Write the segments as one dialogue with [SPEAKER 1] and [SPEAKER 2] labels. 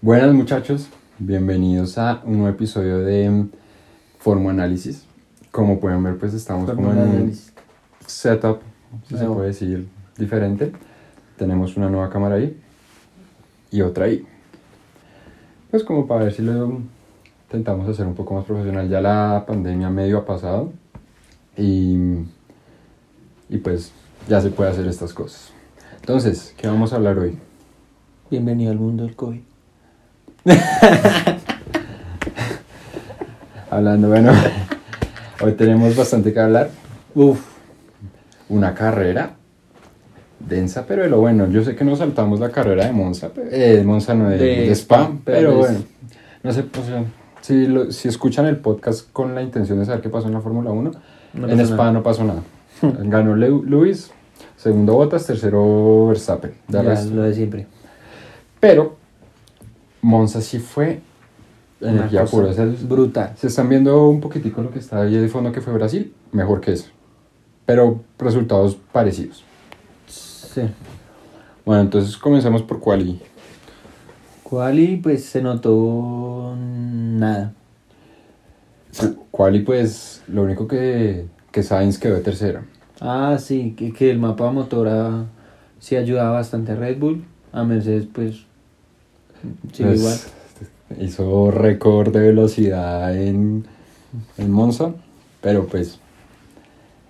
[SPEAKER 1] Buenas muchachos, bienvenidos a un nuevo episodio de mm, Formoanálisis. Como pueden ver, pues estamos como en un
[SPEAKER 2] Análisis.
[SPEAKER 1] setup, si se
[SPEAKER 2] Nuevo.
[SPEAKER 1] puede decir, diferente. Tenemos una nueva cámara ahí y otra ahí. Pues como para ver si lo intentamos hacer un poco más profesional. Ya la pandemia medio ha pasado y, y pues ya se puede hacer estas cosas. Entonces, ¿qué vamos a hablar hoy?
[SPEAKER 2] Bienvenido al mundo del COVID.
[SPEAKER 1] Hablando, bueno, hoy tenemos bastante que hablar.
[SPEAKER 2] Uf,
[SPEAKER 1] Una carrera densa, pero de lo bueno. Yo sé que nos saltamos la carrera de Monza, pe- eh, de Monza no, de,
[SPEAKER 2] De
[SPEAKER 1] de Spa,
[SPEAKER 2] Spa,
[SPEAKER 1] pero
[SPEAKER 2] pero es-
[SPEAKER 1] bueno. No sé, o sea, si, lo- si escuchan el podcast con la intención de saber qué pasó en la Fórmula 1,
[SPEAKER 2] No
[SPEAKER 1] en
[SPEAKER 2] pasó
[SPEAKER 1] Spa
[SPEAKER 2] nada.
[SPEAKER 1] no pasó nada. Ganó Leu- Lewis, segundo Bottas, tercero Verstappen. De
[SPEAKER 2] ya
[SPEAKER 1] resto-
[SPEAKER 2] lo de siempre.
[SPEAKER 1] Pero Monza sí fue
[SPEAKER 2] Una
[SPEAKER 1] energía
[SPEAKER 2] cosa
[SPEAKER 1] pura. o sea, el-
[SPEAKER 2] Brutal.
[SPEAKER 1] se están viendo un poquitico lo que está ahí de fondo que fue Brasil, mejor que eso. Pero resultados parecidos.
[SPEAKER 2] Sí.
[SPEAKER 1] Bueno, entonces comencemos por Quali.
[SPEAKER 2] Quali, pues se notó nada.
[SPEAKER 1] Qu- Quali, pues, lo único que, que Sainz quedó de tercera.
[SPEAKER 2] Ah, sí, que, que el mapa motor ah, sí ayudaba bastante a Red Bull. A Mercedes, pues. Sí,
[SPEAKER 1] Pues,
[SPEAKER 2] igual.
[SPEAKER 1] Hizo récord de velocidad en, en Monza, pero pues.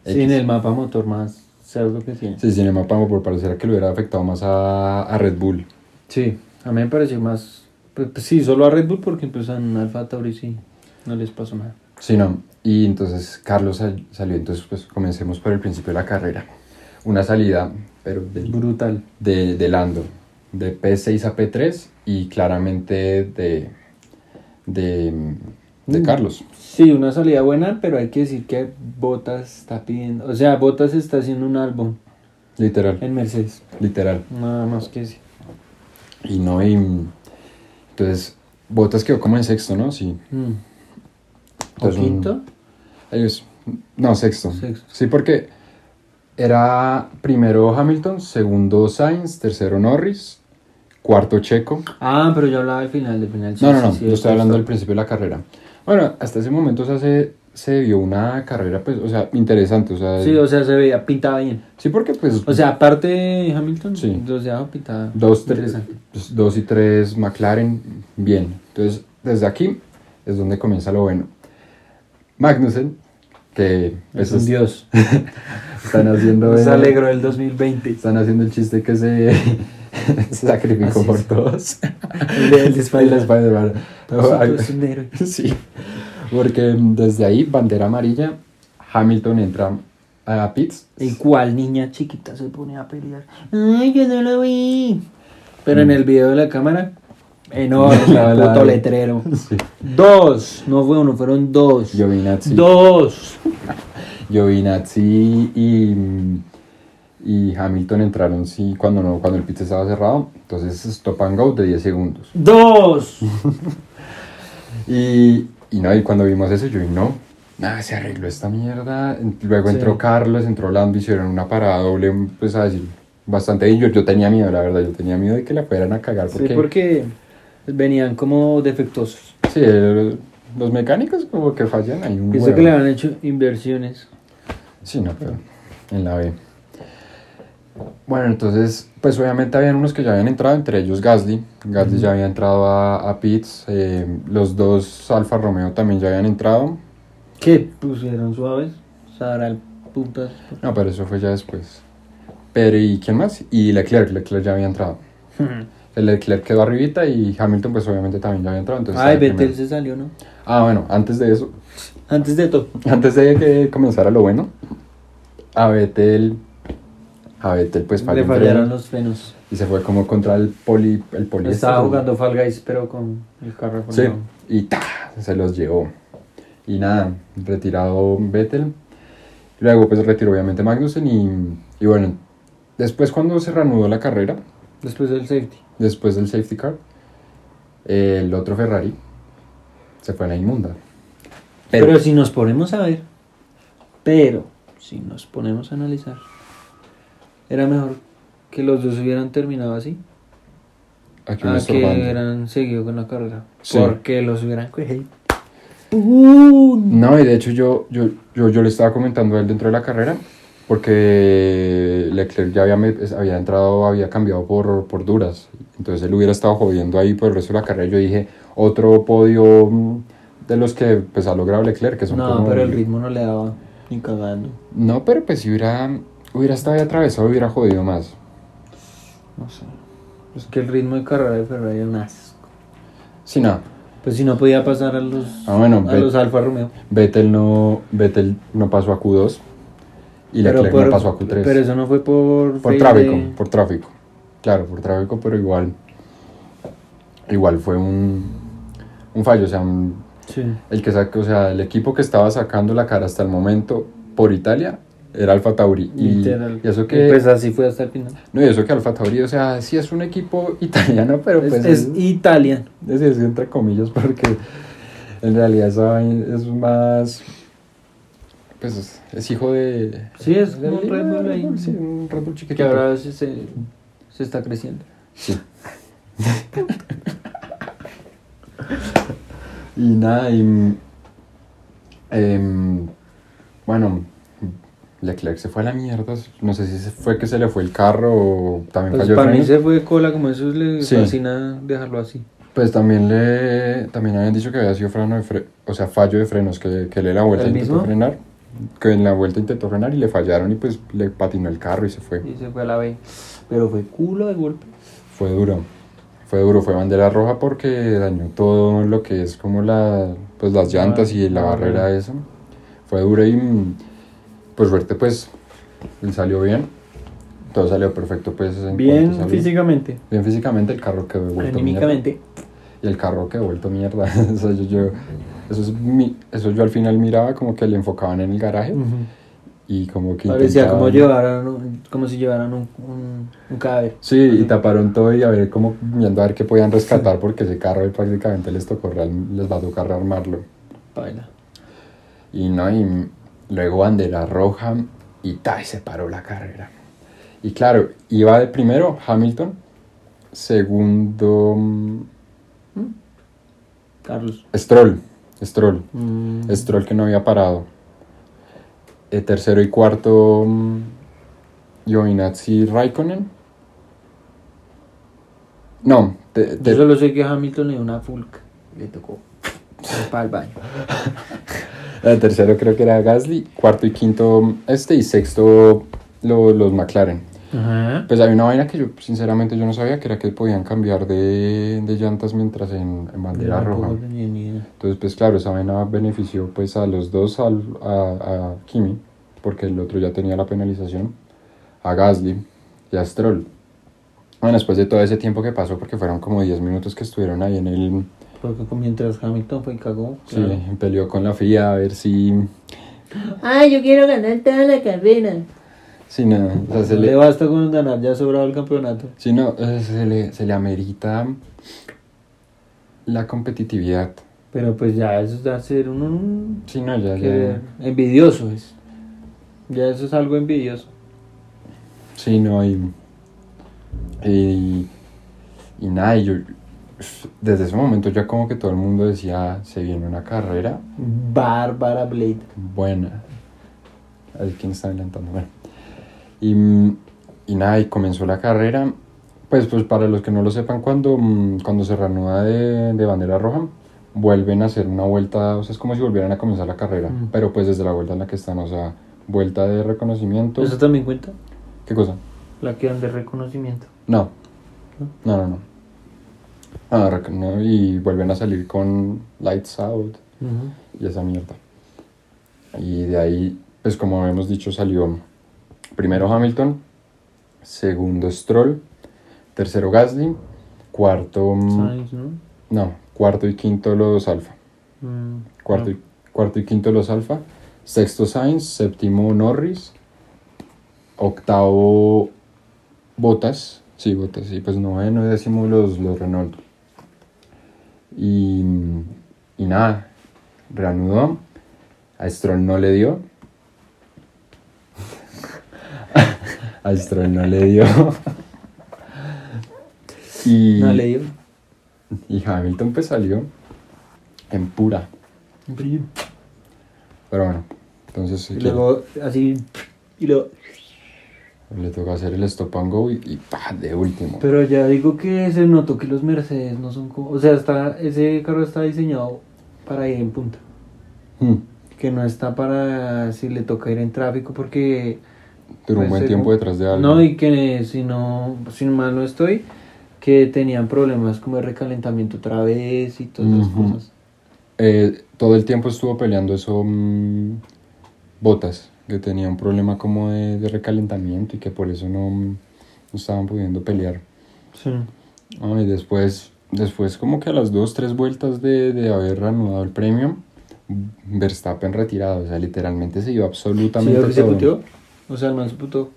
[SPEAKER 2] Sin
[SPEAKER 1] X.
[SPEAKER 2] el mapa motor más cerdo que tiene.
[SPEAKER 1] Sí, sin embargo, por parecer que le hubiera afectado más a, a Red Bull.
[SPEAKER 2] Sí, a mí me pareció más. Pues, pues sí, solo a Red Bull porque pues a Alfa Tauri sí no les pasó nada.
[SPEAKER 1] Sí, no. Y entonces Carlos sal- salió, entonces pues comencemos por el principio de la carrera. Una salida, pero de,
[SPEAKER 2] Brutal.
[SPEAKER 1] de, de Lando, de P6 a P3 y claramente de, de, de
[SPEAKER 2] Mm.
[SPEAKER 1] Carlos.
[SPEAKER 2] Sí, una salida buena, pero hay que decir que Botas está pidiendo. O sea, Botas está haciendo un álbum
[SPEAKER 1] Literal,
[SPEAKER 2] en Mercedes.
[SPEAKER 1] literal.
[SPEAKER 2] Nada más que sí.
[SPEAKER 1] Y no, y entonces Botas quedó como en sexto, ¿no? Sí.
[SPEAKER 2] Mm. ¿O
[SPEAKER 1] Entonces,
[SPEAKER 2] quinto?
[SPEAKER 1] Ellos, no, sexto.
[SPEAKER 2] Sexto.
[SPEAKER 1] Sí, porque era primero Hamilton, segundo Sainz, tercero Norris, cuarto Checo.
[SPEAKER 2] Ah, pero yo hablaba del final, del final. sí,
[SPEAKER 1] No, no,
[SPEAKER 2] sí,
[SPEAKER 1] no,
[SPEAKER 2] sí,
[SPEAKER 1] yo estoy hablando del
[SPEAKER 2] esto.
[SPEAKER 1] principio de la carrera. Bueno, hasta ese momento, o sea, se, se vio una carrera, pues, o sea, interesante, o sea...
[SPEAKER 2] Sí, o sea, se veía, pintaba bien.
[SPEAKER 1] sí, porque, pues,
[SPEAKER 2] O sea, aparte de Hamilton,
[SPEAKER 1] Sí.
[SPEAKER 2] los de abajo pintaba.
[SPEAKER 1] dos, tres,
[SPEAKER 2] interesante.
[SPEAKER 1] pues, dos y tres McLaren, bien. Entonces, desde aquí es donde comienza lo bueno. Magnussen, que
[SPEAKER 2] Es
[SPEAKER 1] pues,
[SPEAKER 2] un dios.
[SPEAKER 1] están haciendo...
[SPEAKER 2] Se
[SPEAKER 1] el-
[SPEAKER 2] alegro del 2020.
[SPEAKER 1] Están haciendo el chiste que se, se sacrificó
[SPEAKER 2] Así es.
[SPEAKER 1] por todos.
[SPEAKER 2] El de- el de Spider-Man.
[SPEAKER 1] El Spider-Man.
[SPEAKER 2] Nosotros es un héroe.
[SPEAKER 1] Sí, porque mm, desde ahí, bandera amarilla, Hamilton entra a pits.
[SPEAKER 2] ¿Y cuál niña chiquita se pone a pelear? Ay, yo no lo vi. Pero en el video de la cámara, enorme,
[SPEAKER 1] La- Mm. la-
[SPEAKER 2] puto letrero.
[SPEAKER 1] Sí.
[SPEAKER 2] Dos, no fue uno, fueron dos.
[SPEAKER 1] Yo vi Nazi,
[SPEAKER 2] Dos.
[SPEAKER 1] yo vi Nazi y, mm, y Hamilton entraron sí, cuando, no, cuando el pit estaba cerrado. Entonces, stop and go de 10 segundos.
[SPEAKER 2] Dos.
[SPEAKER 1] Y, y no, y cuando vimos eso, yo vi, no, nada, se arregló esta mierda. En- Luego
[SPEAKER 2] Sí.
[SPEAKER 1] entró Carlos, entró Lando, hicieron una parada doble, pues a decir, bastante. Y yo, yo tenía miedo, la verdad, yo tenía miedo de que la fueran a cagar.
[SPEAKER 2] Sí, porque venían como defectuosos.
[SPEAKER 1] sí, el- los mecánicos como que fallan ahí un
[SPEAKER 2] Pienso
[SPEAKER 1] huevo.
[SPEAKER 2] que le han hecho inversiones.
[SPEAKER 1] Sí, no, pero en la B. Bueno, entonces, pues obviamente habían unos que ya habían entrado, entre ellos Gasly. Gasly ya había entrado a, a Pitts. eh, los dos Alfa Romeo también ya habían entrado.
[SPEAKER 2] ¿Qué? Pusieron suaves. Saral putas.
[SPEAKER 1] No, pero eso fue ya después. Pero ¿y quién más? Y Leclerc, Leclerc ya había entrado. El Leclerc quedó arribita y Hamilton pues obviamente también ya había entrado. Entonces
[SPEAKER 2] Ay,
[SPEAKER 1] estaba el
[SPEAKER 2] Betel
[SPEAKER 1] primero.
[SPEAKER 2] se salió, ¿no?
[SPEAKER 1] Ah, bueno, antes de eso,
[SPEAKER 2] Antes de todo.
[SPEAKER 1] antes de que comenzara lo bueno, a Vettel, a Vettel pues falló
[SPEAKER 2] Le
[SPEAKER 1] un freno
[SPEAKER 2] fallaron los frenos.
[SPEAKER 1] y se fue como contra el poli, el poli.
[SPEAKER 2] Estaba jugando Fall Guys, pero con el carro.
[SPEAKER 1] Sí,
[SPEAKER 2] formado.
[SPEAKER 1] y ta, se los llevó. Y nada, retirado Vettel. Luego pues retiró obviamente Magnussen y, y bueno, después cuando se reanudó la carrera,
[SPEAKER 2] Después del safety.
[SPEAKER 1] después del safety car, el otro Ferrari se fue a la inmunda.
[SPEAKER 2] Pero,
[SPEAKER 1] Pero,
[SPEAKER 2] si nos ponemos a ver, pero si nos ponemos a analizar, era mejor que los dos hubieran terminado así.
[SPEAKER 1] a que uno
[SPEAKER 2] a que
[SPEAKER 1] estorbante.
[SPEAKER 2] hubieran seguido con la carrera.
[SPEAKER 1] Sí.
[SPEAKER 2] Porque los hubieran cogido.
[SPEAKER 1] No, y de hecho yo, yo, yo, yo le estaba comentando a él dentro de la carrera, porque Leclerc ya había, me- había entrado, había cambiado por, por duras. Entonces él hubiera estado jodiendo ahí por el resto de la carrera. Yo dije, otro podio mm, de los que pues, ha logrado Leclerc, que son
[SPEAKER 2] No,
[SPEAKER 1] como-
[SPEAKER 2] pero el ritmo no le daba ni cagando.
[SPEAKER 1] No, pero pues si hubiera, hubiera estado ahí atravesado, hubiera jodido más.
[SPEAKER 2] No sé. Es que el ritmo de carrera de Ferrari era un asco.
[SPEAKER 1] Sí, no.
[SPEAKER 2] Pues si no podía pasar a los,
[SPEAKER 1] Ah, bueno,
[SPEAKER 2] a
[SPEAKER 1] ve-
[SPEAKER 2] los Alfa Romeo.
[SPEAKER 1] Vettel no, Vettel no pasó a Q2 y Leclerc no pasó a Q3.
[SPEAKER 2] pero eso no fue por...
[SPEAKER 1] Por
[SPEAKER 2] fe
[SPEAKER 1] tráfico,
[SPEAKER 2] de-
[SPEAKER 1] por tráfico. Claro, por tráfico, pero igual. Igual fue un, un fallo. O sea, un-
[SPEAKER 2] Sí.
[SPEAKER 1] el que saque, o sea, el equipo que estaba sacando la cara hasta el momento por Italia era Alfa Tauri. Y,
[SPEAKER 2] Literal.
[SPEAKER 1] y eso que.
[SPEAKER 2] pues así fue hasta el final.
[SPEAKER 1] no, y eso que Alfa Tauri, o sea, sí es un equipo italiano, pero
[SPEAKER 2] es,
[SPEAKER 1] pues.
[SPEAKER 2] es italiano.
[SPEAKER 1] es decir, entre comillas, porque en realidad esa vaina es más. Pues es- es hijo de.
[SPEAKER 2] Sí, es como un Red Bull ahí.
[SPEAKER 1] Sí, un Red Bull chiquitito.
[SPEAKER 2] Que ahora se, se, se está creciendo.
[SPEAKER 1] Sí. y nada, y, mm, em, bueno, Leclerc se fue a la mierda. No sé si se- fue que se le fue el carro o también
[SPEAKER 2] Pues
[SPEAKER 1] falló el
[SPEAKER 2] para mí
[SPEAKER 1] freno.
[SPEAKER 2] se fue de cola, como eso le
[SPEAKER 1] Sí.
[SPEAKER 2] fascina dejarlo así.
[SPEAKER 1] Pues también le también habían dicho que había sido freno de fre- o sea, fallo de frenos, que, que él en la vuelta
[SPEAKER 2] ¿El
[SPEAKER 1] intentó
[SPEAKER 2] mismo?
[SPEAKER 1] frenar. Que en la vuelta intentó frenar y le fallaron y pues le patinó el carro y se fue.
[SPEAKER 2] Y se fue a la B. Pero fue culo de golpe.
[SPEAKER 1] Fue duro. Fue duro, fue bandera roja porque dañó todo lo que es como la, pues las
[SPEAKER 2] La-
[SPEAKER 1] llantas y la
[SPEAKER 2] la
[SPEAKER 1] barrera
[SPEAKER 2] barrera.
[SPEAKER 1] eso. Fue duro y mm, por suerte pues él salió bien. Todo salió perfecto pues en cuanto
[SPEAKER 2] Bien
[SPEAKER 1] salió.
[SPEAKER 2] físicamente.
[SPEAKER 1] Bien físicamente el carro quedó vuelto mierda.
[SPEAKER 2] Anímicamente.
[SPEAKER 1] Y el carro quedó vuelto mierda. eso, yo, yo- eso, es mi- eso yo al final miraba como que le enfocaban en el garaje y como que
[SPEAKER 2] Mm. Parecía como,
[SPEAKER 1] intentaban-
[SPEAKER 2] llevaran un- como si llevaran un, un, un cadáver.
[SPEAKER 1] Sí, y taparon todo y a ver cómo, viendo a ver qué podían rescatar porque ese carro ahí prácticamente les tocó, real- les va a tocar rearmarlo.
[SPEAKER 2] Paila.
[SPEAKER 1] Y no, y luego bandera roja y ta, y se paró la carrera. Y claro, iba de primero Hamilton, segundo mm,
[SPEAKER 2] Carlos.
[SPEAKER 1] Stroll, Stroll,
[SPEAKER 2] Mm,
[SPEAKER 1] Stroll que no había parado. Eh, tercero y cuarto mm, Giovinazzi Raikkonen. No, te- te-
[SPEAKER 2] Yo solo sé que Hamilton le dio una fulca. Le tocó. Para el baño.
[SPEAKER 1] El tercero creo que era Gasly, cuarto y quinto este y sexto lo- los McLaren.
[SPEAKER 2] Ajá.
[SPEAKER 1] Pues había una vaina que yo sinceramente yo no sabía que era que podían cambiar de, de llantas mientras en, en bandera roja. Entonces pues claro, esa vaina benefició pues a los dos, al- a, a Kimi, porque el otro ya tenía la penalización, a Gasly y a Stroll. Bueno, después de todo ese tiempo que pasó, porque fueron como 10 minutos que estuvieron ahí en el,
[SPEAKER 2] Porque con- mientras Hamilton fue y cagó. claro.
[SPEAKER 1] sí, peleó con la FIA a ver si,
[SPEAKER 3] Ah, yo quiero ganar toda la carrera.
[SPEAKER 1] si nada, o sea, se
[SPEAKER 2] le basta con ganar, ya sobraba el campeonato.
[SPEAKER 1] Sí, no, eh, se le, se le amerita la competitividad.
[SPEAKER 2] Pero pues ya eso es de hacer un, un-
[SPEAKER 1] Sí, no, ya,
[SPEAKER 2] que-
[SPEAKER 1] ya.
[SPEAKER 2] envidioso es. Ya eso es algo envidioso.
[SPEAKER 1] Sí, no, y. Y, y nada, y yo. pues, Desde ese momento ya como que todo el mundo decía, se viene una carrera
[SPEAKER 2] Bárbara Blade.
[SPEAKER 1] buena. A ver quién está adelantando. Bueno. Y, mm, y nada, y comenzó la carrera. Pues, pues para los que no lo sepan, cuando, mm, cuando se reanuda de, de bandera roja, vuelven a hacer una vuelta, o sea, es como si volvieran a comenzar la carrera,
[SPEAKER 2] Mm.
[SPEAKER 1] pero pues desde la vuelta en la que están, o sea, vuelta de reconocimiento.
[SPEAKER 2] ¿Eso también cuenta?
[SPEAKER 1] ¿Qué cosa?
[SPEAKER 2] La que dan de reconocimiento.
[SPEAKER 1] No. No, no, no. Ah, rec- no, y vuelven a salir con Lights Out y esa mierda. Y de ahí, pues como hemos dicho, salió primero Hamilton, segundo Stroll, tercero Gasly, cuarto... mm,
[SPEAKER 2] Sainz, ¿no?
[SPEAKER 1] No, cuarto y quinto los Alfa.
[SPEAKER 2] Mm,
[SPEAKER 1] Cuarto,
[SPEAKER 2] no.
[SPEAKER 1] y, cuarto y quinto los Alfa, sexto Sainz, séptimo Norris, octavo Botas, sí, Botas, y pues noveno y décimo los, los Renault. Y, y nada, reanudó. A Stroll no le dio. A Stroll no le dio. Y,
[SPEAKER 2] No le dio.
[SPEAKER 1] y Hamilton pues salió en pura. Pero bueno, entonces
[SPEAKER 2] Y
[SPEAKER 1] aquí
[SPEAKER 2] luego así. Y luego.
[SPEAKER 1] le tocó hacer el stop and go y, y pa, de último.
[SPEAKER 2] Pero ya digo que se notó que los Mercedes no son como. O sea, está, ese carro está diseñado para ir en punta.
[SPEAKER 1] Hmm,
[SPEAKER 2] Que no está para si le toca ir en tráfico porque.
[SPEAKER 1] Duró un
[SPEAKER 2] pues,
[SPEAKER 1] buen
[SPEAKER 2] según-
[SPEAKER 1] tiempo detrás de algo.
[SPEAKER 2] No, y que si no, si mal no estoy, que tenían problemas como el recalentamiento otra vez y todas esas
[SPEAKER 1] Ujú.
[SPEAKER 2] cosas.
[SPEAKER 1] Eh, todo el tiempo estuvo peleando eso mm, Botas, que tenía un problema como de, de recalentamiento y que por eso no, mm, no estaban pudiendo pelear.
[SPEAKER 2] Sí.
[SPEAKER 1] Ah, y después, después como que a las dos, tres vueltas de, de haber reanudado el premium, Verstappen retirado, o sea, literalmente se iba
[SPEAKER 2] ¿Sí,
[SPEAKER 1] absolutamente
[SPEAKER 2] ¿o que se
[SPEAKER 1] todo.
[SPEAKER 2] puteó? O sea, el man se puteó.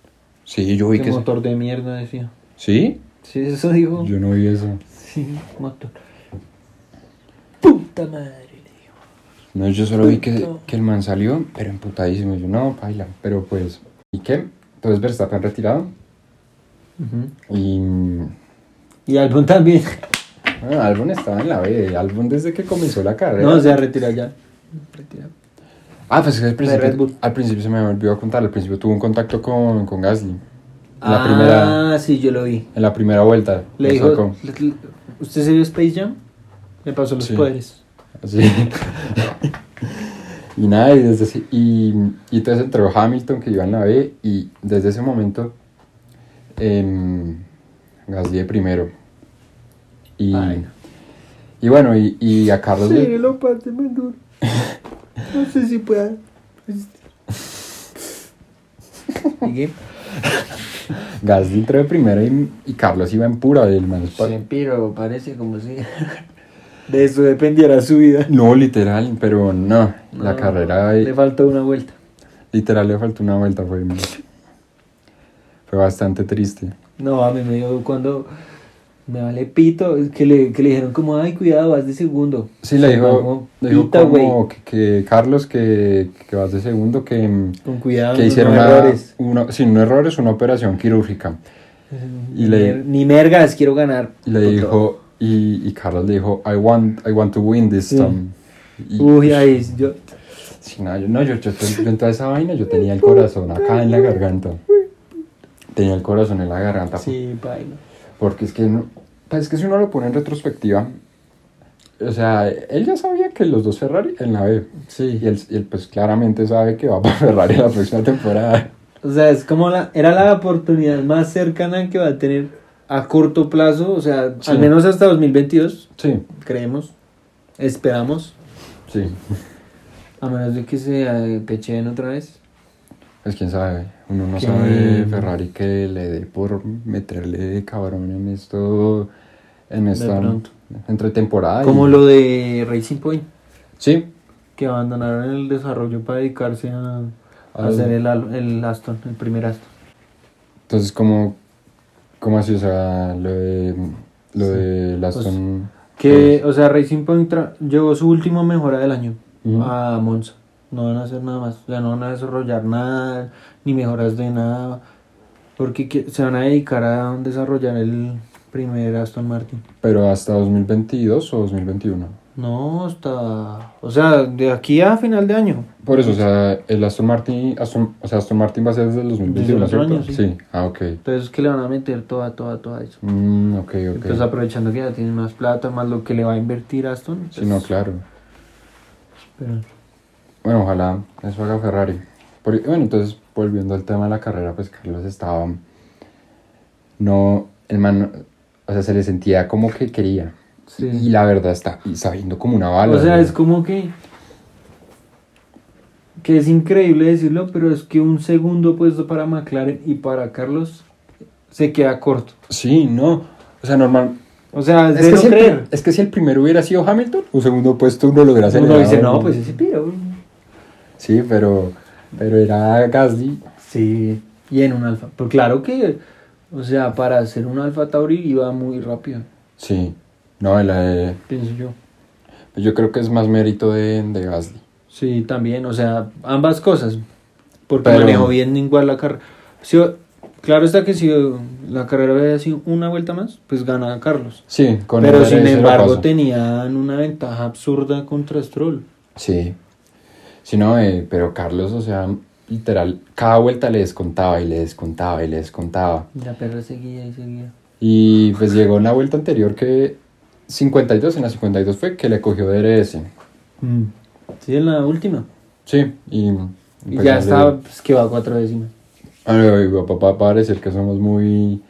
[SPEAKER 1] Sí, yo vi
[SPEAKER 2] ¿Qué
[SPEAKER 1] que... se-
[SPEAKER 2] motor de mierda decía?
[SPEAKER 1] ¿Sí?
[SPEAKER 2] Sí, eso dijo.
[SPEAKER 1] Yo no vi eso.
[SPEAKER 2] Sí, motor. ¡Puta madre! le dijo.
[SPEAKER 1] No, yo solo vi que,
[SPEAKER 2] Puto.
[SPEAKER 1] que el man salió, pero emputadísimo. Yo, no, baila. Pero pues, ¿y qué? Entonces Verstappen retirado y...
[SPEAKER 2] Y Albon también.
[SPEAKER 1] Bueno, Albon estaba en la B, Albon desde que comenzó la carrera.
[SPEAKER 2] No, o sea, retira ya. Retira.
[SPEAKER 1] Ah, pues que al
[SPEAKER 2] Red
[SPEAKER 1] principio,
[SPEAKER 2] Bull.
[SPEAKER 1] al principio se me olvidó contar, al principio tuvo un contacto con, con Gasly. En La
[SPEAKER 2] ah,
[SPEAKER 1] primera,
[SPEAKER 2] sí, yo lo vi.
[SPEAKER 1] en la primera vuelta.
[SPEAKER 2] Le
[SPEAKER 1] lo
[SPEAKER 2] dijo,
[SPEAKER 1] sacó.
[SPEAKER 2] le- le- ¿usted se vio Space Jam? Le pasó los
[SPEAKER 1] Sí.
[SPEAKER 2] poderes.
[SPEAKER 1] Así. y nada, y, desde, ese- y, y entonces entró Hamilton que iba en la B y desde ese momento em, Gasly de primero. Y,
[SPEAKER 2] Ay.
[SPEAKER 1] y bueno, y, y a Carlos le-
[SPEAKER 2] lo parte menor. No sé si pueda. ¿Y qué?
[SPEAKER 1] Gasly entró de primero y, y Carlos iba en pura del man.
[SPEAKER 2] pero parece como si de eso dependiera su vida.
[SPEAKER 1] No, literal, pero no, la carrera
[SPEAKER 2] Le faltó una vuelta.
[SPEAKER 1] literal le faltó una vuelta, fue, fue bastante triste.
[SPEAKER 2] No, a mí me dio cuando me vale pito, es que le, que le dijeron como, ay, cuidado, vas de segundo.
[SPEAKER 1] Sí, le
[SPEAKER 2] Se
[SPEAKER 1] dijo,
[SPEAKER 2] mamó.
[SPEAKER 1] le dijo
[SPEAKER 2] pita, güey.
[SPEAKER 1] como que, que Carlos, que, que vas de segundo, que, mm,
[SPEAKER 2] Con cuidado,
[SPEAKER 1] que
[SPEAKER 2] no
[SPEAKER 1] hicieron una,
[SPEAKER 2] errores.
[SPEAKER 1] una- sí, no errores, una operación quirúrgica. Y le-
[SPEAKER 2] Mer- ni mergas, quiero ganar.
[SPEAKER 1] Y le
[SPEAKER 2] Puto.
[SPEAKER 1] dijo, y, y Carlos le dijo, I want, I want to win this
[SPEAKER 2] Sí.
[SPEAKER 1] time. Y, pues,
[SPEAKER 2] Uy, ahí, yo.
[SPEAKER 1] sí, no, yo, no, yo, yo- yo en toda esa vaina yo tenía el corazón acá en la garganta. Tenía el corazón en la garganta.
[SPEAKER 2] Sí, bailo.
[SPEAKER 1] Porque es que, no- pues es que si uno lo pone en retrospectiva, o sea, él ya sabía que los dos Ferrari en la B.
[SPEAKER 2] Sí.
[SPEAKER 1] Y él, y él, pues claramente sabe que va para Ferrari la próxima temporada.
[SPEAKER 2] O sea, es como la, era la oportunidad más cercana que va a tener a corto plazo, o sea,
[SPEAKER 1] Sí.
[SPEAKER 2] al menos hasta 2022,
[SPEAKER 1] Sí,
[SPEAKER 2] creemos, esperamos,
[SPEAKER 1] sí.
[SPEAKER 2] a menos de que se eh, pecheen otra vez.
[SPEAKER 1] Pues quién sabe. Uno no
[SPEAKER 2] ¿Quién?
[SPEAKER 1] sabe Ferrari que le dé por meterle de cabrón en esto. En
[SPEAKER 2] De
[SPEAKER 1] esta.
[SPEAKER 2] pronto.
[SPEAKER 1] Entre temporada. y-
[SPEAKER 2] Como lo de Racing Point,
[SPEAKER 1] Sí.
[SPEAKER 2] que abandonaron el desarrollo para dedicarse a, a
[SPEAKER 1] Al-
[SPEAKER 2] hacer el, al- el Aston, el primer Aston.
[SPEAKER 1] Entonces, como. ¿Cómo así? O sea, lo de. Lo de las
[SPEAKER 2] Pues,
[SPEAKER 1] son-
[SPEAKER 2] Que, o sea, Racing Point tra- llevó su última mejora del año
[SPEAKER 1] Ujú.
[SPEAKER 2] a Monza. No van a hacer nada más. O sea, no van a desarrollar nada, ni mejoras de nada. Porque que- se van a dedicar a desarrollar el primer Aston Martin.
[SPEAKER 1] Pero hasta 2022 o 2021.
[SPEAKER 2] No, hasta. O sea, de aquí a final de año.
[SPEAKER 1] Por eso, o sea, el Aston Martin, Aston- o sea, Aston Martin va a ser desde el 2021,
[SPEAKER 2] Desde los
[SPEAKER 1] ¿cierto?
[SPEAKER 2] años, sí.
[SPEAKER 1] ah, ok.
[SPEAKER 2] Entonces, que le van a meter toda, toda, toda eso.
[SPEAKER 1] Mm, ok, ok.
[SPEAKER 2] Entonces, aprovechando que ya tienen más plata, más lo que le va a invertir Aston.
[SPEAKER 1] Sí,
[SPEAKER 2] pues,
[SPEAKER 1] no, claro.
[SPEAKER 2] pero-
[SPEAKER 1] Bueno, ojalá eso haga Ferrari. Por- bueno, entonces, volviendo al tema de la carrera, pues Carlos estaba. No, el man, o sea, se le sentía como que quería.
[SPEAKER 2] Sí.
[SPEAKER 1] Y la verdad está y sabiendo como una bala.
[SPEAKER 2] O sea,
[SPEAKER 1] ¿no?
[SPEAKER 2] es como que. Que es increíble decirlo, pero es que un segundo puesto para McLaren y para Carlos se queda corto.
[SPEAKER 1] Sí, no. O sea, normal.
[SPEAKER 2] O sea, es, de no
[SPEAKER 1] si el, pri-
[SPEAKER 2] creer.
[SPEAKER 1] es que si el primero hubiera sido Hamilton, un segundo puesto uno lo hubiera
[SPEAKER 2] Uno
[SPEAKER 1] acelerado,
[SPEAKER 2] dice, no, pues ese piro.
[SPEAKER 1] Sí, pero, pero era Gasly.
[SPEAKER 2] Sí, y en un Alfa. Pues claro que, o sea, para hacer un Alfa Tauri iba muy rápido,
[SPEAKER 1] Sí. No, el, eh,
[SPEAKER 2] pienso yo.
[SPEAKER 1] yo creo que es más mérito de, de Gasly.
[SPEAKER 2] Sí, también, o sea, ambas cosas. Porque
[SPEAKER 1] Pero-
[SPEAKER 2] manejó bien igual la carrera. Claro está que si la carrera hubiera sido una vuelta más, pues gana Carlos.
[SPEAKER 1] Sí, con
[SPEAKER 2] Pero
[SPEAKER 1] el
[SPEAKER 2] sin
[SPEAKER 1] DRS lo
[SPEAKER 2] embargo
[SPEAKER 1] pasa.
[SPEAKER 2] tenían una ventaja absurda contra Stroll.
[SPEAKER 1] Sí. Sí, no, eh, pero Carlos, o sea, literal, cada vuelta le descontaba y le descontaba y le descontaba.
[SPEAKER 2] La perra seguía y seguía.
[SPEAKER 1] Y pues llegó en la vuelta anterior que 52, en la 52 fue que le cogió DRS. Mm.
[SPEAKER 2] Sí, en la última.
[SPEAKER 1] Sí, y...
[SPEAKER 2] Y
[SPEAKER 1] pues,
[SPEAKER 2] ya
[SPEAKER 1] no sé,
[SPEAKER 2] estaba, pues que va a cuatro décimas.
[SPEAKER 1] Ay, papá, va a parecer que somos muy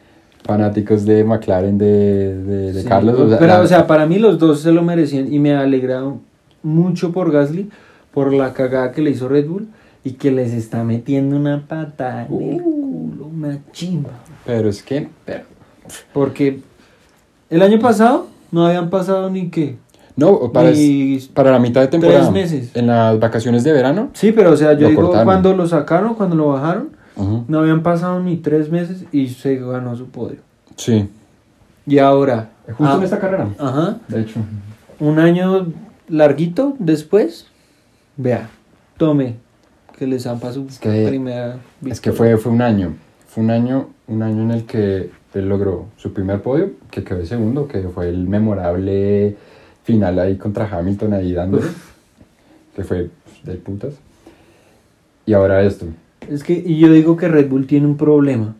[SPEAKER 1] fanáticos de McLaren, de, de, de
[SPEAKER 2] Sí,
[SPEAKER 1] Carlos. o sea,
[SPEAKER 2] pero,
[SPEAKER 1] la-
[SPEAKER 2] o sea, para mí los dos se lo merecían y me alegra mucho por Gasly, por la cagada que le hizo Red Bull y que les está metiendo una patada en
[SPEAKER 1] Uh.
[SPEAKER 2] el culo, una chimba.
[SPEAKER 1] pero es que... pero-
[SPEAKER 2] Porque el año pasado no habían pasado ni qué.
[SPEAKER 1] no, para,
[SPEAKER 2] Ni-
[SPEAKER 1] para la mitad de
[SPEAKER 2] tres
[SPEAKER 1] temporada.
[SPEAKER 2] meses.
[SPEAKER 1] En las vacaciones de verano.
[SPEAKER 2] Sí, pero o sea, yo
[SPEAKER 1] Lo
[SPEAKER 2] digo,
[SPEAKER 1] cortaron.
[SPEAKER 2] cuando lo sacaron, cuando lo bajaron,
[SPEAKER 1] Ujú,
[SPEAKER 2] no habían pasado ni tres meses y se ganó su podio.
[SPEAKER 1] Sí.
[SPEAKER 2] Y ahora,
[SPEAKER 1] Justo
[SPEAKER 2] ah,
[SPEAKER 1] en esta carrera.
[SPEAKER 2] ajá,
[SPEAKER 1] De hecho.
[SPEAKER 2] un año larguito después, vea, tome, que le zampa su
[SPEAKER 1] Es que-
[SPEAKER 2] primera
[SPEAKER 1] Es que fue, fue un año. Fue un año, un año en el que él logró su primer podio, que quedó de segundo, que fue el memorable final ahí contra Hamilton ahí dándole. Que fue pues, de putas. Y ahora esto.
[SPEAKER 2] Es que y yo digo que Red Bull tiene un problema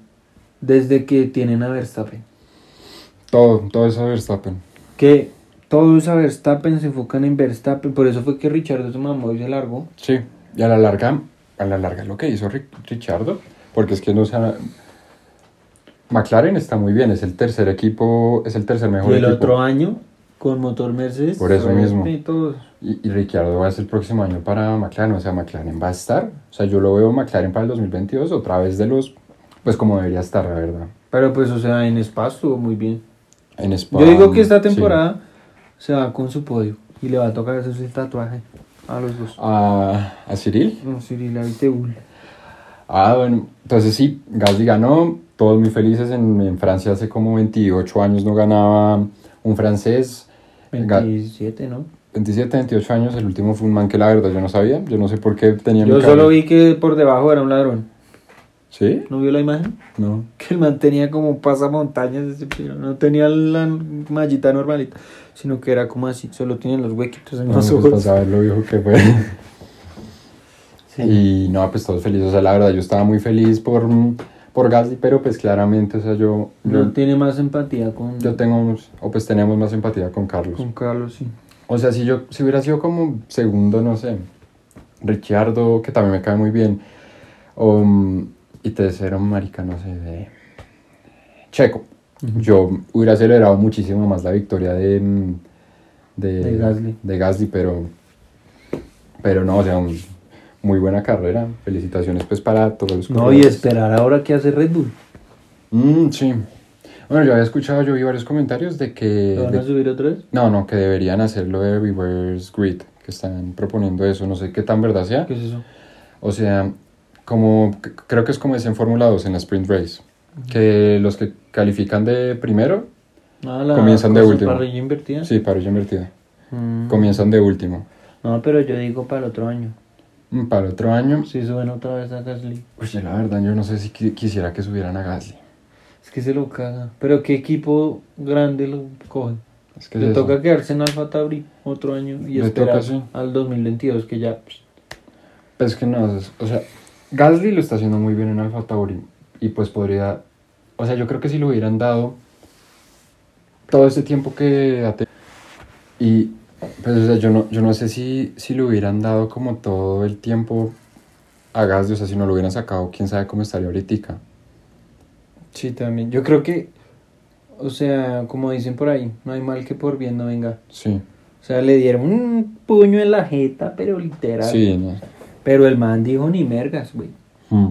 [SPEAKER 2] desde que tienen a Verstappen.
[SPEAKER 1] Todo, todo eso de Verstappen.
[SPEAKER 2] Que todos a Verstappen se enfocan en Verstappen, por eso fue que Richard se mamó y se largó.
[SPEAKER 1] Sí, y a la larga, a la larga lo que hizo Ri- Richardo, porque es que no se ha- McLaren está muy bien, es el tercer equipo, es el tercer mejor
[SPEAKER 2] y el
[SPEAKER 1] equipo.
[SPEAKER 2] otro año con motor Mercedes.
[SPEAKER 1] Por eso
[SPEAKER 2] fue
[SPEAKER 1] mismo.
[SPEAKER 2] de todos.
[SPEAKER 1] Y, y Ricciardo va a ser el próximo año para McLaren, o sea, McLaren va a estar, o sea, yo lo veo McLaren para el 2022 otra vez de los, pues como debería estar, la verdad.
[SPEAKER 2] Pero pues, o sea, en Spa estuvo muy bien.
[SPEAKER 1] En Spa,
[SPEAKER 2] Yo digo que
[SPEAKER 1] sí.
[SPEAKER 2] esta temporada se va con su podio y le va a tocar hacerse el tatuaje a los dos.
[SPEAKER 1] A, a Cyril.
[SPEAKER 2] No, Cyril Abiteboul.
[SPEAKER 1] Ah, bueno, entonces sí, Gasly ganó, todos muy felices, en, en Francia hace como 28 años no ganaba un francés. Ga-
[SPEAKER 2] 27, ¿no?
[SPEAKER 1] 27, 28 años, el último fue un man que la verdad yo no sabía, yo no sé por qué tenía mi
[SPEAKER 2] Yo
[SPEAKER 1] cara.
[SPEAKER 2] solo vi que por debajo era un ladrón.
[SPEAKER 1] ¿Sí?
[SPEAKER 2] ¿No vio la imagen?
[SPEAKER 1] No.
[SPEAKER 2] Que el man tenía como un pasamontañas, ese piro. no tenía la mallita normalita, sino que era como así, solo tienen los huequitos en
[SPEAKER 1] No,
[SPEAKER 2] los
[SPEAKER 1] pues,
[SPEAKER 2] ojos.
[SPEAKER 1] para saber lo viejo que fue.
[SPEAKER 2] Sí.
[SPEAKER 1] Y no, pues todos felices, o sea, la verdad yo estaba muy feliz por, por Gasly, pero pues claramente, o sea, yo,
[SPEAKER 2] No
[SPEAKER 1] yo,
[SPEAKER 2] tiene más empatía con,
[SPEAKER 1] yo tengo, o pues tenemos más empatía con Carlos.
[SPEAKER 2] con Carlos, sí.
[SPEAKER 1] O sea, si yo si hubiera sido como segundo, no sé, Richardo, que también me cae muy bien, o, mm, y tercero, marica, no sé, de Checo. Yo hubiera acelerado muchísimo más la victoria de, mm, de,
[SPEAKER 2] De Gasly.
[SPEAKER 1] de Gasly, pero, pero no, o sea, un- muy buena carrera. Felicitaciones pues para todos los
[SPEAKER 2] No, y
[SPEAKER 1] corredores.
[SPEAKER 2] esperar ahora que hace Red Bull.
[SPEAKER 1] Mm, sí. Bueno, yo había escuchado, yo vi varios comentarios de que...
[SPEAKER 2] ¿Lo van
[SPEAKER 1] Eh, de-
[SPEAKER 2] a subir otra vez?
[SPEAKER 1] no, no, que deberían hacerlo de Reverse Grid, que están proponiendo eso, no sé qué tan verdad sea.
[SPEAKER 2] ¿Qué es eso?
[SPEAKER 1] O sea, como c- creo que es como es en Fórmula 2, en la Sprint Race, que los que califican de primero,
[SPEAKER 2] Ah, la
[SPEAKER 1] Comienzan de
[SPEAKER 2] cosa
[SPEAKER 1] último.
[SPEAKER 2] parrilla invertida.
[SPEAKER 1] sí, parrilla invertida,
[SPEAKER 2] Mm.
[SPEAKER 1] comienzan de último.
[SPEAKER 2] No, pero yo digo para el otro año.
[SPEAKER 1] Mm, Para otro año,
[SPEAKER 2] Si suben otra vez a Gasly.
[SPEAKER 1] oye, la verdad, yo no sé si qui- quisiera que subieran a Gasly.
[SPEAKER 2] Es que se lo caga. Pero qué equipo grande lo coge.
[SPEAKER 1] Es que es
[SPEAKER 2] Le
[SPEAKER 1] eso.
[SPEAKER 2] toca quedarse en Alfa Tauri otro año y
[SPEAKER 1] Le
[SPEAKER 2] esperar
[SPEAKER 1] toca, sí.
[SPEAKER 2] al 2022 que ya... pues,
[SPEAKER 1] Pues que no, es- o sea, Gasly lo está haciendo muy bien en Alfa Tauri y pues podría, o sea, yo creo que si lo hubieran dado todo este tiempo que ha tenido y pues o sea, yo no, yo no sé si, si le hubieran dado como todo el tiempo a Gasly, o sea, si no lo hubieran sacado, quién sabe cómo estaría ahorita.
[SPEAKER 2] Sí, también. Yo creo que... O sea, como dicen por ahí, no hay mal que por bien no venga.
[SPEAKER 1] Sí,
[SPEAKER 2] O sea, le dieron un puño en la jeta, pero literal.
[SPEAKER 1] sí, no.
[SPEAKER 2] Pero el man dijo ni mergas, güey.
[SPEAKER 1] Mm.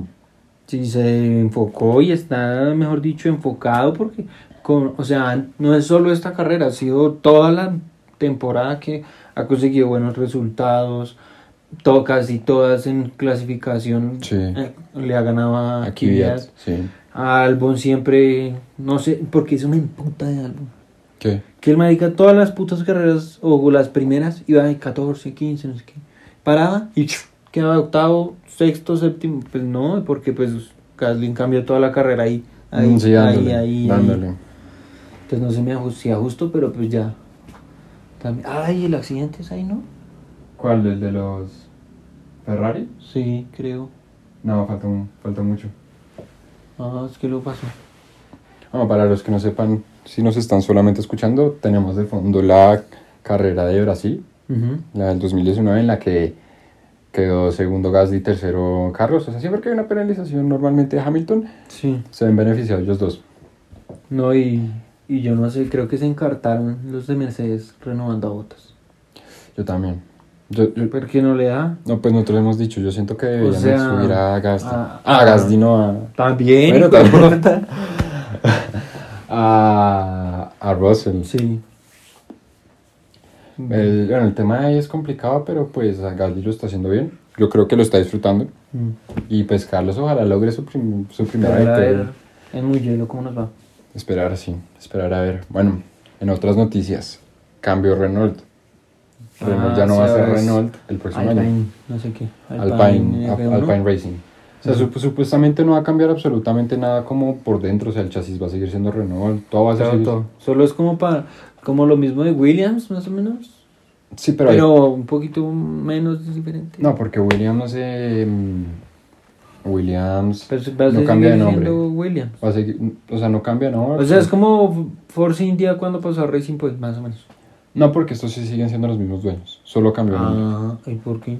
[SPEAKER 2] Sí, se enfocó y está, mejor dicho, enfocado porque, con, o sea, no es solo esta carrera, ha sido toda la temporada que ha conseguido buenos resultados, todo, casi todas en clasificación
[SPEAKER 1] Sí.
[SPEAKER 2] eh, le ha ganado a
[SPEAKER 1] Aquí Viat,
[SPEAKER 2] Kvyat.
[SPEAKER 1] sí.
[SPEAKER 2] A Albon siempre, no sé, porque eso me emputa de Albon.
[SPEAKER 1] ¿Qué?
[SPEAKER 2] Que el marica todas las putas carreras, o las primeras, iba de 14, 15, no sé qué. Paraba y ¡chu! quedaba octavo, sexto, séptimo. Pues no, porque pues Gaslin cambió toda la carrera ahí. Ahí,
[SPEAKER 1] Mm, sí, dándole,
[SPEAKER 2] ahí, ahí, ahí.
[SPEAKER 1] dándole.
[SPEAKER 2] Entonces no se me ajustía justo, pero pues ya. También, ay, el accidente es ahí, ¿no?
[SPEAKER 1] ¿Cuál? ¿El de los Ferrari?
[SPEAKER 2] Sí, creo.
[SPEAKER 1] No, falta, un- falta mucho.
[SPEAKER 2] Ah, es que lo pasó.
[SPEAKER 1] Bueno, para los que no sepan, si nos están solamente escuchando, tenemos de fondo la carrera de Brasil, la del 2019, en la que quedó segundo Gasly, tercero Carlos. O sea, siempre que hay una penalización normalmente de Hamilton,
[SPEAKER 2] Sí.
[SPEAKER 1] se ven beneficiados ellos dos.
[SPEAKER 2] No, y, y yo no sé, creo que se encartaron los de Mercedes renovando a botas.
[SPEAKER 1] Yo también. Yo- yo-
[SPEAKER 2] ¿Por qué no le da?
[SPEAKER 1] no, pues nosotros hemos dicho, yo siento que deberían
[SPEAKER 2] sea,
[SPEAKER 1] subir a Gasly.
[SPEAKER 2] a-
[SPEAKER 1] A, Gasly, no a...
[SPEAKER 2] También.
[SPEAKER 1] Bueno,
[SPEAKER 2] hijo de
[SPEAKER 1] también.
[SPEAKER 2] puta.
[SPEAKER 1] A, a Russell.
[SPEAKER 2] Sí.
[SPEAKER 1] El, bueno, el tema ahí es complicado, pero pues a Gasly lo está haciendo bien. Yo creo que lo está disfrutando.
[SPEAKER 2] Mm.
[SPEAKER 1] Y pues Carlos ojalá logre su, prim- su primera
[SPEAKER 2] Pero a
[SPEAKER 1] victoria.
[SPEAKER 2] ver, es muy hielo, ¿cómo nos va?
[SPEAKER 1] Esperar, sí. Esperar a ver. Bueno, en otras noticias. Cambio Renault. Renault
[SPEAKER 2] Ah,
[SPEAKER 1] ya no va a
[SPEAKER 2] sí,
[SPEAKER 1] ser
[SPEAKER 2] ahora es
[SPEAKER 1] Renault el próximo año.
[SPEAKER 2] Pues Alpine, no sé qué.
[SPEAKER 1] Alpine, Al-
[SPEAKER 2] R1.
[SPEAKER 1] Alpine Racing. O sea, sup- supuestamente no va a cambiar absolutamente nada como por dentro. O sea, el chasis va a seguir siendo Renault. Todo va a
[SPEAKER 2] Claro,
[SPEAKER 1] ser...
[SPEAKER 2] todo. Solo es como para como lo mismo de Williams, más o menos.
[SPEAKER 1] Sí, pero...
[SPEAKER 2] Pero,
[SPEAKER 1] hay-
[SPEAKER 2] un poquito menos diferente.
[SPEAKER 1] No, porque Williams no sé... mm, Williams...
[SPEAKER 2] pero, pero
[SPEAKER 1] no
[SPEAKER 2] sigue
[SPEAKER 1] cambia de nombre.
[SPEAKER 2] siendo Williams.
[SPEAKER 1] va a seguir- o sea, no cambia, ¿no?
[SPEAKER 2] O sea, es como Force India cuando pasó a Racing, pues más o menos.
[SPEAKER 1] No, porque estos sí siguen siendo los mismos dueños. Solo cambió el nombre.
[SPEAKER 2] Ah, ¿y por qué?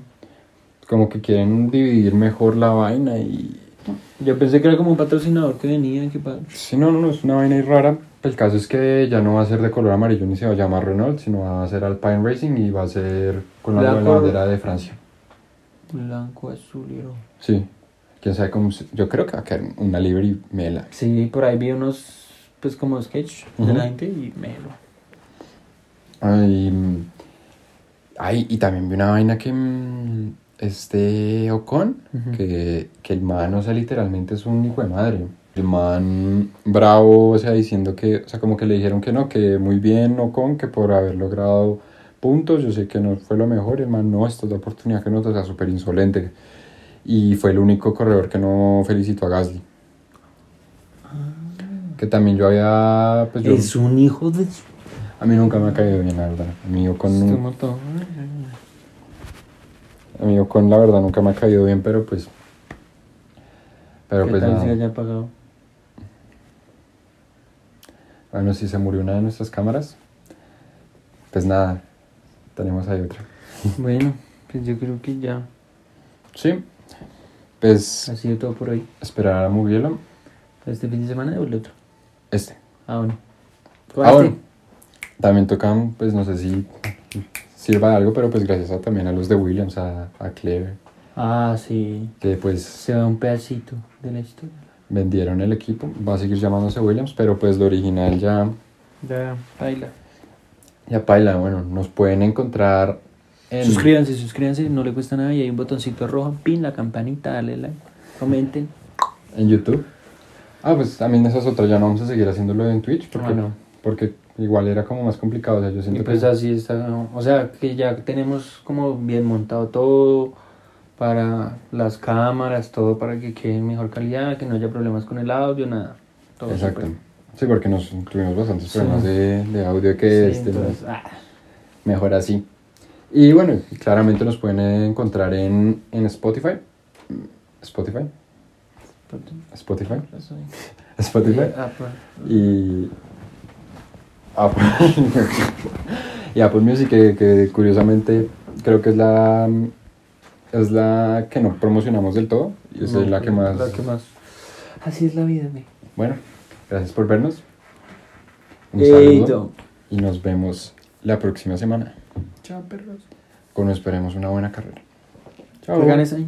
[SPEAKER 1] como que quieren dividir mejor la vaina y
[SPEAKER 2] Yo pensé que era como un patrocinador que venía, que pa-
[SPEAKER 1] si no, no, no, es una vaina ahí rara. El caso es que ya no va a ser de color amarillo ni se va a llamar Renault, sino va a ser Alpine Racing y va a ser con la,
[SPEAKER 2] Blanco.
[SPEAKER 1] nueva bandera de Francia.
[SPEAKER 2] blanco, azul y rojo.
[SPEAKER 1] Sí. Quién sabe cómo se- yo creo que va a quedar una libre mela.
[SPEAKER 2] Sí, por ahí vi unos, pues como sketch de
[SPEAKER 1] Ujú.
[SPEAKER 2] la gente y melo.
[SPEAKER 1] Ay, mm, ay, y también vi una vaina que mm, este Ocon,
[SPEAKER 2] Ujú.
[SPEAKER 1] que, que el man, o sea, literalmente es un hijo de madre. El man bravo, o sea, diciendo que, o sea, como que le dijeron que no, que muy bien Ocon, que por haber logrado puntos, yo sé que no fue lo mejor, y el man, no, esta es la oportunidad que no, o sea, súper insolente. Y fue el único corredor que no felicitó a Gasly. Que también yo había, pues yo,
[SPEAKER 2] Ah. Es un hijo de su...
[SPEAKER 1] a mí nunca me ha caído bien, la verdad. A mí Ocon
[SPEAKER 2] Este
[SPEAKER 1] nunca-
[SPEAKER 2] moto.
[SPEAKER 1] Amigo, con la verdad nunca me ha caído bien, pero pues. Pero
[SPEAKER 2] ¿Qué
[SPEAKER 1] pues
[SPEAKER 2] tal
[SPEAKER 1] nada.
[SPEAKER 2] si haya pagado?
[SPEAKER 1] Bueno, si se murió una de nuestras cámaras, pues nada. Tenemos ahí otra.
[SPEAKER 2] Bueno, pues yo creo que ya
[SPEAKER 1] Sí. Pues
[SPEAKER 2] ha sido todo por hoy.
[SPEAKER 1] esperar a Mugielo.
[SPEAKER 2] ¿Este fin de semana o el otro?
[SPEAKER 1] Este.
[SPEAKER 2] Ah, bueno. este?
[SPEAKER 1] Ah, bueno. También tocan, pues no sé si sirva de algo, pero pues gracias a, también a los de Williams, a, a Clever,
[SPEAKER 2] Ah, sí.
[SPEAKER 1] que pues
[SPEAKER 2] Se va un pedacito de la historia.
[SPEAKER 1] vendieron el equipo. Va a seguir llamándose Williams, pero pues lo original ya
[SPEAKER 2] Ya, baila.
[SPEAKER 1] Ya paila, bueno, nos pueden encontrar en...
[SPEAKER 2] Eh, Suscríbanse, suscríbanse, no le cuesta nada y hay un botoncito rojo, pin la campanita, dale like, comenten.
[SPEAKER 1] En YouTube. Ah, pues también esa es otra, ya no vamos a seguir haciéndolo en Twitch porque,
[SPEAKER 2] Ah, no.
[SPEAKER 1] porque igual era como más complicado, o sea, yo
[SPEAKER 2] Y
[SPEAKER 1] siento
[SPEAKER 2] pues
[SPEAKER 1] que...
[SPEAKER 2] así está, ¿no? o sea que ya tenemos como bien montado todo para las cámaras, todo para que quede en mejor calidad, que no haya problemas con el audio, nada. Todo
[SPEAKER 1] Exacto.
[SPEAKER 2] súper.
[SPEAKER 1] Sí, porque nos tuvimos bastantes
[SPEAKER 2] Sí.
[SPEAKER 1] problemas de, de audio que
[SPEAKER 2] Sí,
[SPEAKER 1] este,
[SPEAKER 2] entonces, ah,
[SPEAKER 1] mejor así. Y bueno, claramente nos pueden encontrar en, en Spotify. Spotify,
[SPEAKER 2] perdón,
[SPEAKER 1] Spotify,
[SPEAKER 2] pues, ya soy.
[SPEAKER 1] Spotify.
[SPEAKER 2] Ah, pa-
[SPEAKER 1] y Apple, y Apple Music que, que curiosamente creo que es la es la que no promocionamos del todo y es
[SPEAKER 2] no,
[SPEAKER 1] la que más
[SPEAKER 2] la que más. Así es la vida, güey.
[SPEAKER 1] bueno gracias por vernos un
[SPEAKER 2] Ey,
[SPEAKER 1] saludo
[SPEAKER 2] Tom.
[SPEAKER 1] y nos vemos la próxima semana
[SPEAKER 2] Chao, perros.
[SPEAKER 1] cuando esperemos una buena carrera
[SPEAKER 2] Chao. ganes ahí.